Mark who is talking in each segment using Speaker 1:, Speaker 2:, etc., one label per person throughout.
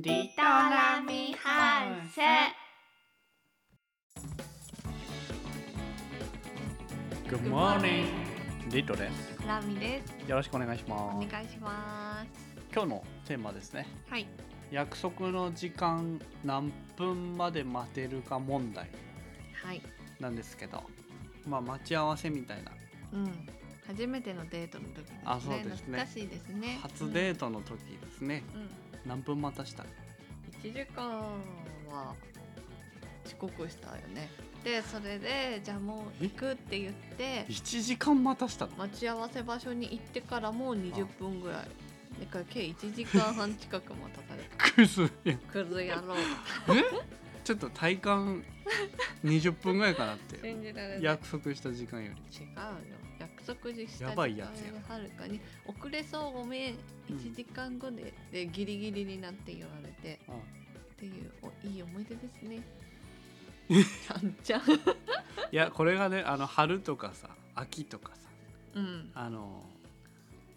Speaker 1: リ
Speaker 2: ドラミハウス。
Speaker 1: Good morning リトです
Speaker 2: ラミです。
Speaker 1: よろしくお願いしま
Speaker 2: お
Speaker 1: す
Speaker 2: 願いします。
Speaker 1: 今日のテーマですね
Speaker 2: はい。
Speaker 1: 約束の時間何分まで待てるか問題
Speaker 2: はい。
Speaker 1: なんですけどまあ待ち合わせみたいな
Speaker 2: うん。初めてのデートの時ですね。
Speaker 1: あそうですね
Speaker 2: 懐かしいですね。
Speaker 1: 初デートの時ですね
Speaker 2: うん。うん。
Speaker 1: 何分待たした
Speaker 2: 一時間は遅刻したよね。で、それでじゃあもう行くって言って
Speaker 1: 1時間待たしたの
Speaker 2: 待ち合わせ場所に行ってからもう20分ぐらい。だから計1時間半近く待たされた。
Speaker 1: クズえ
Speaker 2: クズ野郎。
Speaker 1: ちょっと体感20分ぐらいかなって
Speaker 2: 信じ られない。
Speaker 1: 約束した時間より
Speaker 2: 違うよ約束した
Speaker 1: やばいやつや
Speaker 2: 時間よりはるかに遅れそうごめん
Speaker 1: うん
Speaker 2: 1時間後で,、でギリギリになって言われて
Speaker 1: あ
Speaker 2: っていうおいい思い出です ねちゃんちゃん
Speaker 1: いやこれがねあの春とかさ秋とかさ
Speaker 2: うん
Speaker 1: あの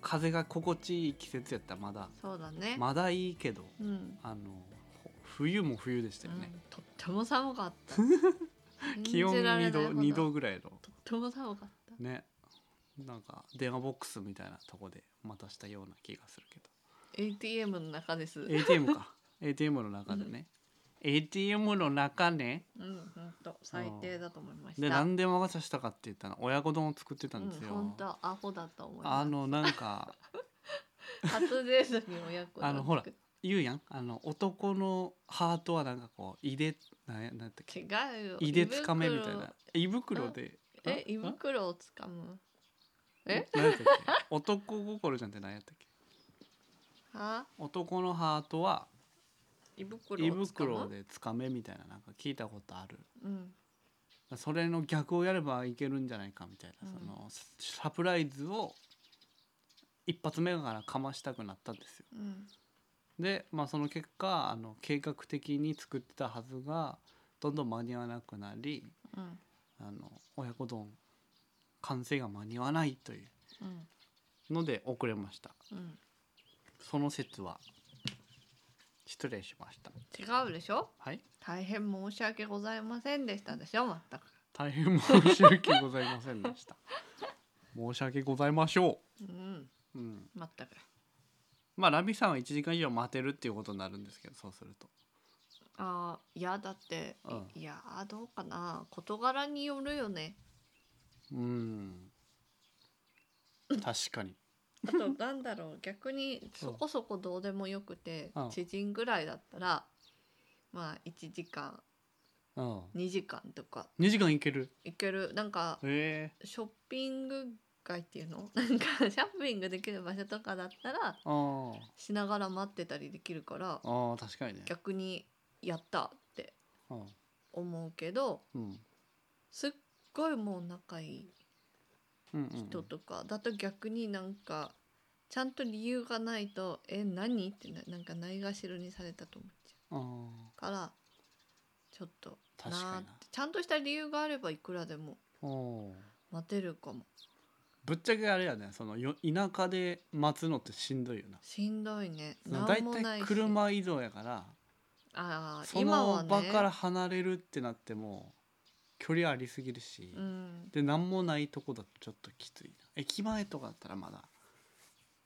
Speaker 1: 風が心地いい季節やったらまだ
Speaker 2: そうだね、
Speaker 1: まだいいけど
Speaker 2: うん、
Speaker 1: あのほ冬も冬でしたよね、
Speaker 2: うんとっても寒かった
Speaker 1: 気温
Speaker 2: 信じら
Speaker 1: 2
Speaker 2: れない
Speaker 1: 度
Speaker 2: ほど
Speaker 1: 二度ぐらいの
Speaker 2: とっても寒かった
Speaker 1: ねなんか電話ボックスみたいなとこで待たしたような気がするけ
Speaker 2: ATM の中ですう
Speaker 1: ど ATM か ATM の中でね、ATM の中ね
Speaker 2: んほんと最低だと思いました
Speaker 1: で何で任せしたかって言ったら親子丼を作ってたんですよ、
Speaker 2: うん、本当アホだと思います
Speaker 1: あのなんか
Speaker 2: 初デートに親子丼
Speaker 1: あのほら
Speaker 2: 作っ
Speaker 1: 言うやんあの男のハートはなんかこう胃でなんやなんやったっけ
Speaker 2: 違うよ
Speaker 1: 胃でつかめみたい
Speaker 2: 胃
Speaker 1: な胃袋で
Speaker 2: 袋え
Speaker 1: あ
Speaker 2: 胃袋をつかむえ
Speaker 1: 何やったっけ男心じゃんって何やったっけ
Speaker 2: は
Speaker 1: 男のハートは
Speaker 2: 胃袋
Speaker 1: 胃
Speaker 2: をつかむ
Speaker 1: 袋でつかめみたいななんか聞いたことある
Speaker 2: うん
Speaker 1: それの逆をやればいけるんじゃないかみたいな、
Speaker 2: うん
Speaker 1: そのサプライズを一発目からかましたくなったんですよ
Speaker 2: うん
Speaker 1: で、まあ、その結果あの計画的に作ってたはずがどんどん間に合わなくなり
Speaker 2: うん
Speaker 1: あの親子丼完成が間に合わないという
Speaker 2: うん
Speaker 1: ので遅れました
Speaker 2: うん
Speaker 1: その説は失礼しました
Speaker 2: 違うでしょ
Speaker 1: はい
Speaker 2: 大変申し訳ございませんでしたでしょまったく
Speaker 1: 大変申し訳ございませんでした 申し訳ございましょ
Speaker 2: うん
Speaker 1: ううん
Speaker 2: まったく
Speaker 1: まあラビさんは1時間以上待てるっていうことになるんですけどそうすると
Speaker 2: あーいやだって、
Speaker 1: うん
Speaker 2: いやーどうかな事柄によるよね
Speaker 1: うん確かに
Speaker 2: あとなんだろう逆に
Speaker 1: そう
Speaker 2: そこそこどうでもよくて
Speaker 1: うん
Speaker 2: 知人ぐらいだったらまあ1時間
Speaker 1: うん
Speaker 2: 2時間とか
Speaker 1: 2時間いける
Speaker 2: いけるなんか
Speaker 1: へえ
Speaker 2: ショッピング街っていうの なんかショッピングできる場所とかだったら
Speaker 1: ああ
Speaker 2: しながら待ってたりできるから
Speaker 1: ああ確かにね。
Speaker 2: 逆にやったって
Speaker 1: うん
Speaker 2: 思うけど
Speaker 1: うん
Speaker 2: すっごいもう仲いい
Speaker 1: うんうん
Speaker 2: 人とかだと逆になんかちゃんと理由がないと「え何?」ってななんかないがしろにされたと思っちゃ
Speaker 1: うん。あ
Speaker 2: うからちょっと
Speaker 1: あ確
Speaker 2: なー
Speaker 1: か
Speaker 2: っ
Speaker 1: に
Speaker 2: て
Speaker 1: な。
Speaker 2: ちゃんとした理由があればいくらでも
Speaker 1: おおー。
Speaker 2: 待てるかも
Speaker 1: ぶっちゃけあれやねそのよ田舎で待つのってしんどいよな。
Speaker 2: しんどいね
Speaker 1: その
Speaker 2: な
Speaker 1: 大
Speaker 2: んもな
Speaker 1: 体
Speaker 2: いし
Speaker 1: 車移動やから
Speaker 2: ああ
Speaker 1: そ
Speaker 2: 今
Speaker 1: の
Speaker 2: はね
Speaker 1: 場から離れるってなっても距離ありすぎるし、
Speaker 2: うん
Speaker 1: で何もないとこだとちょっときついな駅前とかだったらまだ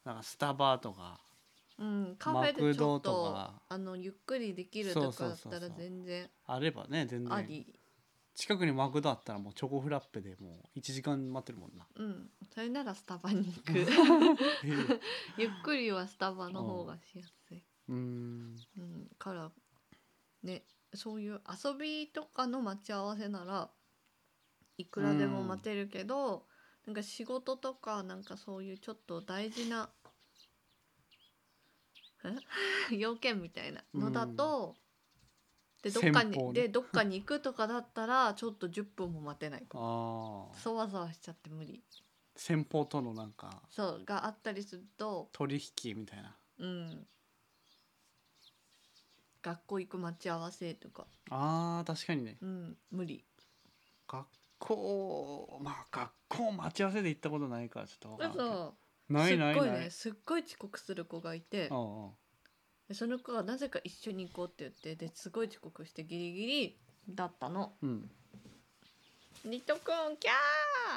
Speaker 1: なんかスタバとか
Speaker 2: うん、カフェで
Speaker 1: マク
Speaker 2: ちょ
Speaker 1: ド
Speaker 2: っと
Speaker 1: とか
Speaker 2: あのゆっくりできる
Speaker 1: そ
Speaker 2: と
Speaker 1: うそ
Speaker 2: か
Speaker 1: う
Speaker 2: だ
Speaker 1: そう
Speaker 2: っ
Speaker 1: そう
Speaker 2: たら全然
Speaker 1: あればね全
Speaker 2: あ
Speaker 1: 然
Speaker 2: り
Speaker 1: 近くにマクドあったらもうチョコフラッペでもう1時間待ってるもん な。
Speaker 2: うんそれならスタバに行く ゆっくりはスタバの方がしやすい、
Speaker 1: うーん
Speaker 2: うん、からねそういう遊びとかの待ち合わせならいくらでも待てるけど、なんか仕事とかなんかそういうちょっと大事なえ 要件みたいなのだと、でどっか
Speaker 1: 先方
Speaker 2: に、
Speaker 1: ね
Speaker 2: でどっかに行くとかだったらちょっと10分も待てないかも
Speaker 1: ああ。
Speaker 2: そわそわしちゃって無理
Speaker 1: 先方とのなんか
Speaker 2: そうがあったりすると
Speaker 1: 取引みたいな
Speaker 2: うん学校行く待ち合わせとか
Speaker 1: あー確かにね
Speaker 2: うん無理
Speaker 1: 学校まあ学校待ち合わせで行ったことないからちょっと分からんけど
Speaker 2: 嘘
Speaker 1: ないない
Speaker 2: す
Speaker 1: な
Speaker 2: っご
Speaker 1: い
Speaker 2: いねすっごい遅刻する子がいて
Speaker 1: うんうん
Speaker 2: でその子がなぜか一緒に行こうって言ってですごい遅刻してギリギリだったの
Speaker 1: うん、
Speaker 2: リトくんキャ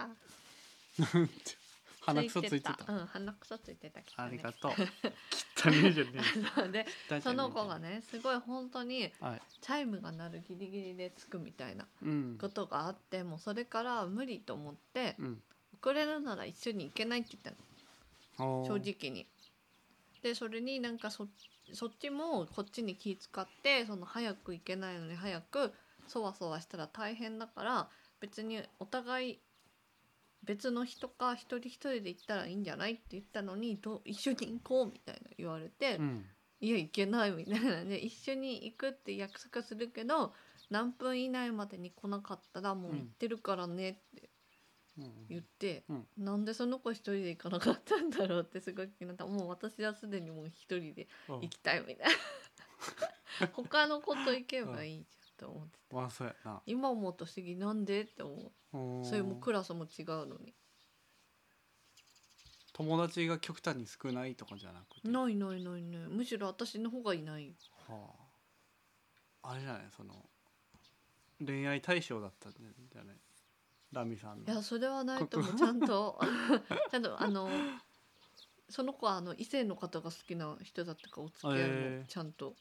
Speaker 2: ー
Speaker 1: 鼻くそついてた
Speaker 2: うん鼻くそついてたき
Speaker 1: ありがとう汚ねえじゃね
Speaker 2: う で
Speaker 1: え
Speaker 2: その子がねすごい本当に
Speaker 1: はい
Speaker 2: チャイムが鳴るギリギリで着くみたいな
Speaker 1: うん
Speaker 2: ことがあってもうそれから無理と思って
Speaker 1: うん
Speaker 2: 遅れるなら一緒に行けないって言ったの
Speaker 1: おー
Speaker 2: 正直に。でそれになんかそそっちもこっちに気使ってその早く行けないのに早くそわそわしたら大変だから別にお互い別の人か一人一人で行ったらいいんじゃないって言ったのにどう一緒に行こうみたいな言われて、
Speaker 1: うん
Speaker 2: いや行けないみたいなんで一緒に行くって約束するけど何分以内までに来なかったらもう行ってるからねって
Speaker 1: うん
Speaker 2: 言って、
Speaker 1: うん
Speaker 2: なんでその子一人で行かなかったんだろうってすごい気になったもう私はすでにもう一人で
Speaker 1: うん
Speaker 2: 行きたいみたいな 他の子と行けばいいじゃんと思って
Speaker 1: まあそうやな
Speaker 2: 今思うと不思議なんでって思う
Speaker 1: おー
Speaker 2: それもクラスも違うのに
Speaker 1: 友達が極端に少ないとかじゃなくて
Speaker 2: ないないないないむしろ私の方がいないよ
Speaker 1: はあ、あれじゃないその恋愛対象だったんじゃないラミさん
Speaker 2: いや
Speaker 1: の
Speaker 2: それはないと思
Speaker 1: こ
Speaker 2: うちゃんと ちゃんとあのその子はあの異性の方が好きな人だったからお付き合い
Speaker 1: へ
Speaker 2: も
Speaker 1: ー
Speaker 2: ちゃんと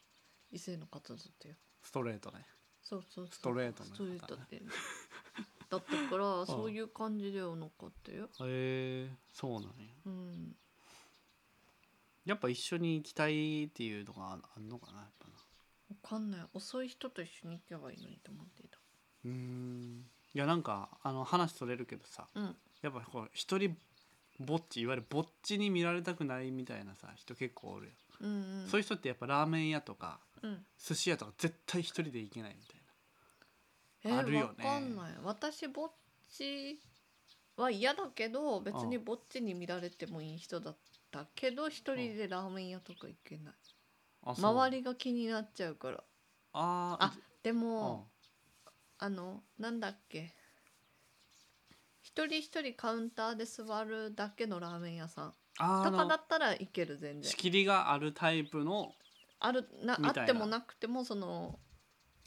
Speaker 2: 異性の方だったよ
Speaker 1: ストレートね
Speaker 2: そうそうそう
Speaker 1: ストレートな方
Speaker 2: スト
Speaker 1: ね
Speaker 2: レートってだったからそういう感じではなかったよ
Speaker 1: へえそうなんや
Speaker 2: うん
Speaker 1: やっぱ一緒に行きたいっていうのがああんのかなやっぱな
Speaker 2: わかんない遅い人と一緒に行けばいいのにと思っていた
Speaker 1: うーんいやなんかあの話それるけどさ
Speaker 2: うん
Speaker 1: やっぱこう一人ぼっちいわゆるぼっちに見られたくないみたいなさ人結構おるやん、
Speaker 2: うんうん
Speaker 1: そういう人ってやっぱラーメン屋とか
Speaker 2: うん
Speaker 1: 寿司屋とか絶対一人で行けないみたい
Speaker 2: えー
Speaker 1: あるよね
Speaker 2: わかんない私ぼっちは嫌だけど別にぼっちに見られてもいい人だったけど一人でラーメン屋とか行けない
Speaker 1: なあそう
Speaker 2: 周りが気になっちゃうから
Speaker 1: あー
Speaker 2: あで
Speaker 1: うん
Speaker 2: もあのなんだっけ一人一人カウンターで座るだけのラーメン屋さん
Speaker 1: あーあ
Speaker 2: とかだ
Speaker 1: の
Speaker 2: ったらいける全然
Speaker 1: 仕切りがあるタイプの
Speaker 2: ある
Speaker 1: みた
Speaker 2: な
Speaker 1: いな
Speaker 2: あってもなくてもその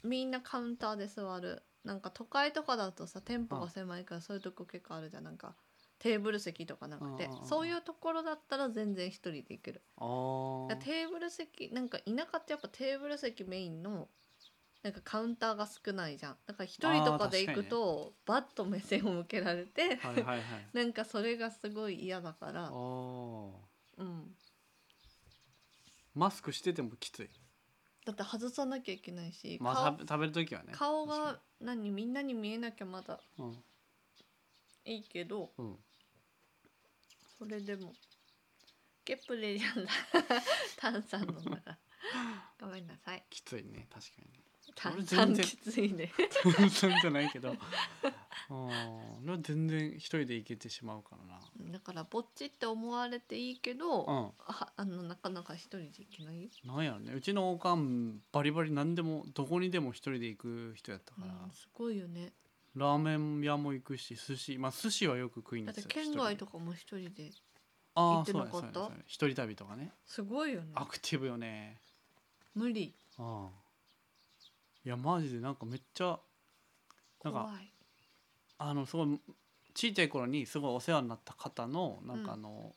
Speaker 2: みんなカウンターで座るなんか都会とかだとさ店舗が狭いからそういうとこ結構あるじゃんなんかテーブル席とかなくて
Speaker 1: うんうんうん
Speaker 2: そういうところだったら全然一人で行ける
Speaker 1: あー
Speaker 2: だからテーブル席なんか田舎ってやっぱテーブル席メインのなんかカウンターが少ないじゃんだから一人とかで行くとバッと目線を向けられて、
Speaker 1: はいはいはい
Speaker 2: なんかそれがすごい嫌だか
Speaker 1: あ
Speaker 2: ら
Speaker 1: ー
Speaker 2: うん
Speaker 1: マスクしててもきつい、
Speaker 2: だって外さなきゃいけないし、
Speaker 1: まあ、
Speaker 2: 顔
Speaker 1: 食べ食べる時はね
Speaker 2: 顔が何みんなに見えなきゃまだ
Speaker 1: 確かに
Speaker 2: いいけど
Speaker 1: うん、うん、
Speaker 2: それでもゲプレじゃ んだ炭酸飲んだからごめんなさい
Speaker 1: きついね確かにね
Speaker 2: 炭
Speaker 1: 俺全
Speaker 2: 酸
Speaker 1: 然
Speaker 2: きついね
Speaker 1: 全然じゃないけどうん俺は全然一人で行けてしまうからな
Speaker 2: だからぼっちって思われていいけ
Speaker 1: う
Speaker 2: ど、
Speaker 1: ん
Speaker 2: はあのなかなか一人で行けないよ、
Speaker 1: なんやろねうちのおかんバリバリ何でもどこにでも一人で行く人やった
Speaker 2: う
Speaker 1: から、
Speaker 2: ん、すごいよね
Speaker 1: ラーメン屋も行くし寿司まあ寿司はよく食いに
Speaker 2: だ
Speaker 1: 行
Speaker 2: って
Speaker 1: た
Speaker 2: 県外と
Speaker 1: か
Speaker 2: かも一人で
Speaker 1: 行
Speaker 2: 行ってなかった
Speaker 1: 一人旅とかね
Speaker 2: すごいよね
Speaker 1: アクティブよね
Speaker 2: 無理
Speaker 1: ああいやマジでなんかめっちゃなん
Speaker 2: 怖
Speaker 1: か
Speaker 2: い
Speaker 1: あのすごい小さい頃にすごいお世話になった方のなんかあの、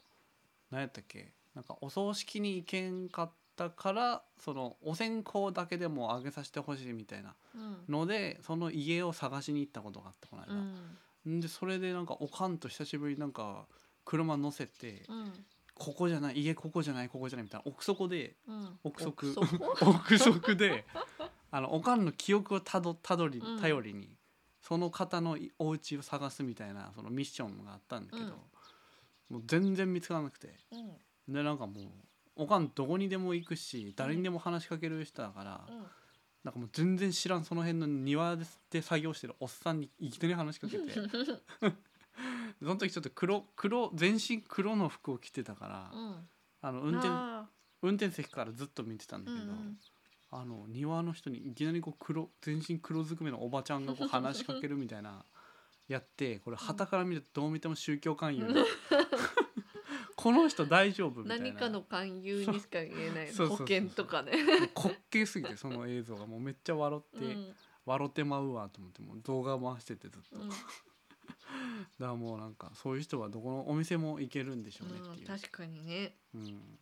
Speaker 1: 何やったっけなんかお葬式に行けんかったからそのお線香だけでもあげさせてほしいみたいな
Speaker 2: うん、
Speaker 1: のでその家を探しに行ったことがあってこの
Speaker 2: う
Speaker 1: 間、
Speaker 2: ん
Speaker 1: んでそれでなんかおかんと久しぶりになんか車乗せて、
Speaker 2: うん
Speaker 1: ここじゃない家ここじゃないここじゃないみたいな奥底で
Speaker 2: うん、
Speaker 1: 憶測
Speaker 2: 憶 測
Speaker 1: 憶測であのおかんの記憶をたどたどり
Speaker 2: うん
Speaker 1: 頼りに、その方のいお家を探すみたいなそのミッションがあったんだけど、もう全然見つからなくて
Speaker 2: うんうん
Speaker 1: でなんかもうおかんどこにでも行くし誰にでも話しかける人だから、なんかもう全然知らんその辺の庭で作業してるおっさんにいきなり話しか けてその時ちょっと黒黒全身黒の服を着てたから、
Speaker 2: うん
Speaker 1: あの運転
Speaker 2: あ
Speaker 1: 運転席からずっと見てたん
Speaker 2: ー
Speaker 1: だ
Speaker 2: う
Speaker 1: け
Speaker 2: ん
Speaker 1: ど、
Speaker 2: うん
Speaker 1: あの庭の人にいきなりこう黒全身黒ずくめのおばちゃんがこう話しかけるみたい なやってこれ旗から見るとどう見ても宗教勧誘のこの人大丈夫みたいな
Speaker 2: 何かの勧誘にしか言えない
Speaker 1: そうそうそうそう
Speaker 2: 保険とかね
Speaker 1: もう滑稽すぎてその映像がもうめっちゃ笑って、
Speaker 2: うん
Speaker 1: 笑ってまうわと思ってもう動画回しててずっと、
Speaker 2: う
Speaker 1: だ
Speaker 2: ん
Speaker 1: からもうなんかそういう人はどこのお店も行けるんでしょうねって
Speaker 2: うん
Speaker 1: いう、
Speaker 2: 確かにね、
Speaker 1: うん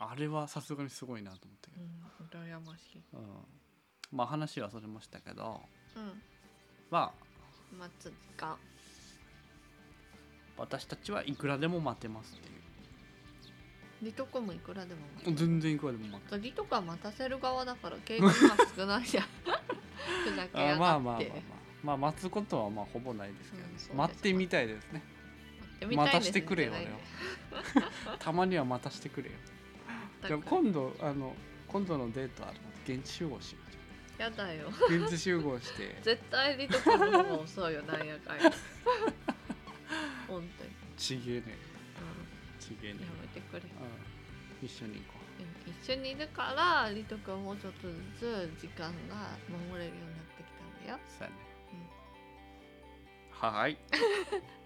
Speaker 1: あれはさすがにすごいなと思ったけ
Speaker 2: う
Speaker 1: ど、
Speaker 2: ん、羨ましい、
Speaker 1: うんまあ話はそれましたけど
Speaker 2: う
Speaker 1: まあ
Speaker 2: ん、待つ時間
Speaker 1: 私たちはいくらでも待てますってい
Speaker 2: リトコもいくらでも待
Speaker 1: う
Speaker 2: てる
Speaker 1: 全然いくらでも待てる
Speaker 2: リトコは待たせる側だから経験が少ないじゃんふざけ
Speaker 1: あ
Speaker 2: やが
Speaker 1: ー
Speaker 2: って、
Speaker 1: まあまあまあまあまあ待つことはまあほぼないですけど、
Speaker 2: うんそうですね
Speaker 1: 待ってみたいですね
Speaker 2: やみい
Speaker 1: 待
Speaker 2: で
Speaker 1: た
Speaker 2: すね
Speaker 1: してくれよ
Speaker 2: じゃ
Speaker 1: 俺
Speaker 2: ない
Speaker 1: を
Speaker 2: ね
Speaker 1: たまには待たしてくれよ
Speaker 2: だ
Speaker 1: で
Speaker 2: か
Speaker 1: も今度あの今度のデートあるの現地集合しよ
Speaker 2: らやだよ
Speaker 1: う現地集合 して
Speaker 2: 絶対リトコの方が遅いよなんやかんや本当に、
Speaker 1: ちげえねちげえね
Speaker 2: うん、やめてくれ
Speaker 1: うん一緒に行こ
Speaker 2: でも一緒にいるからリト君もちょっとずつ時間が守れるようになってきたんだよ
Speaker 1: うそうやね、はーい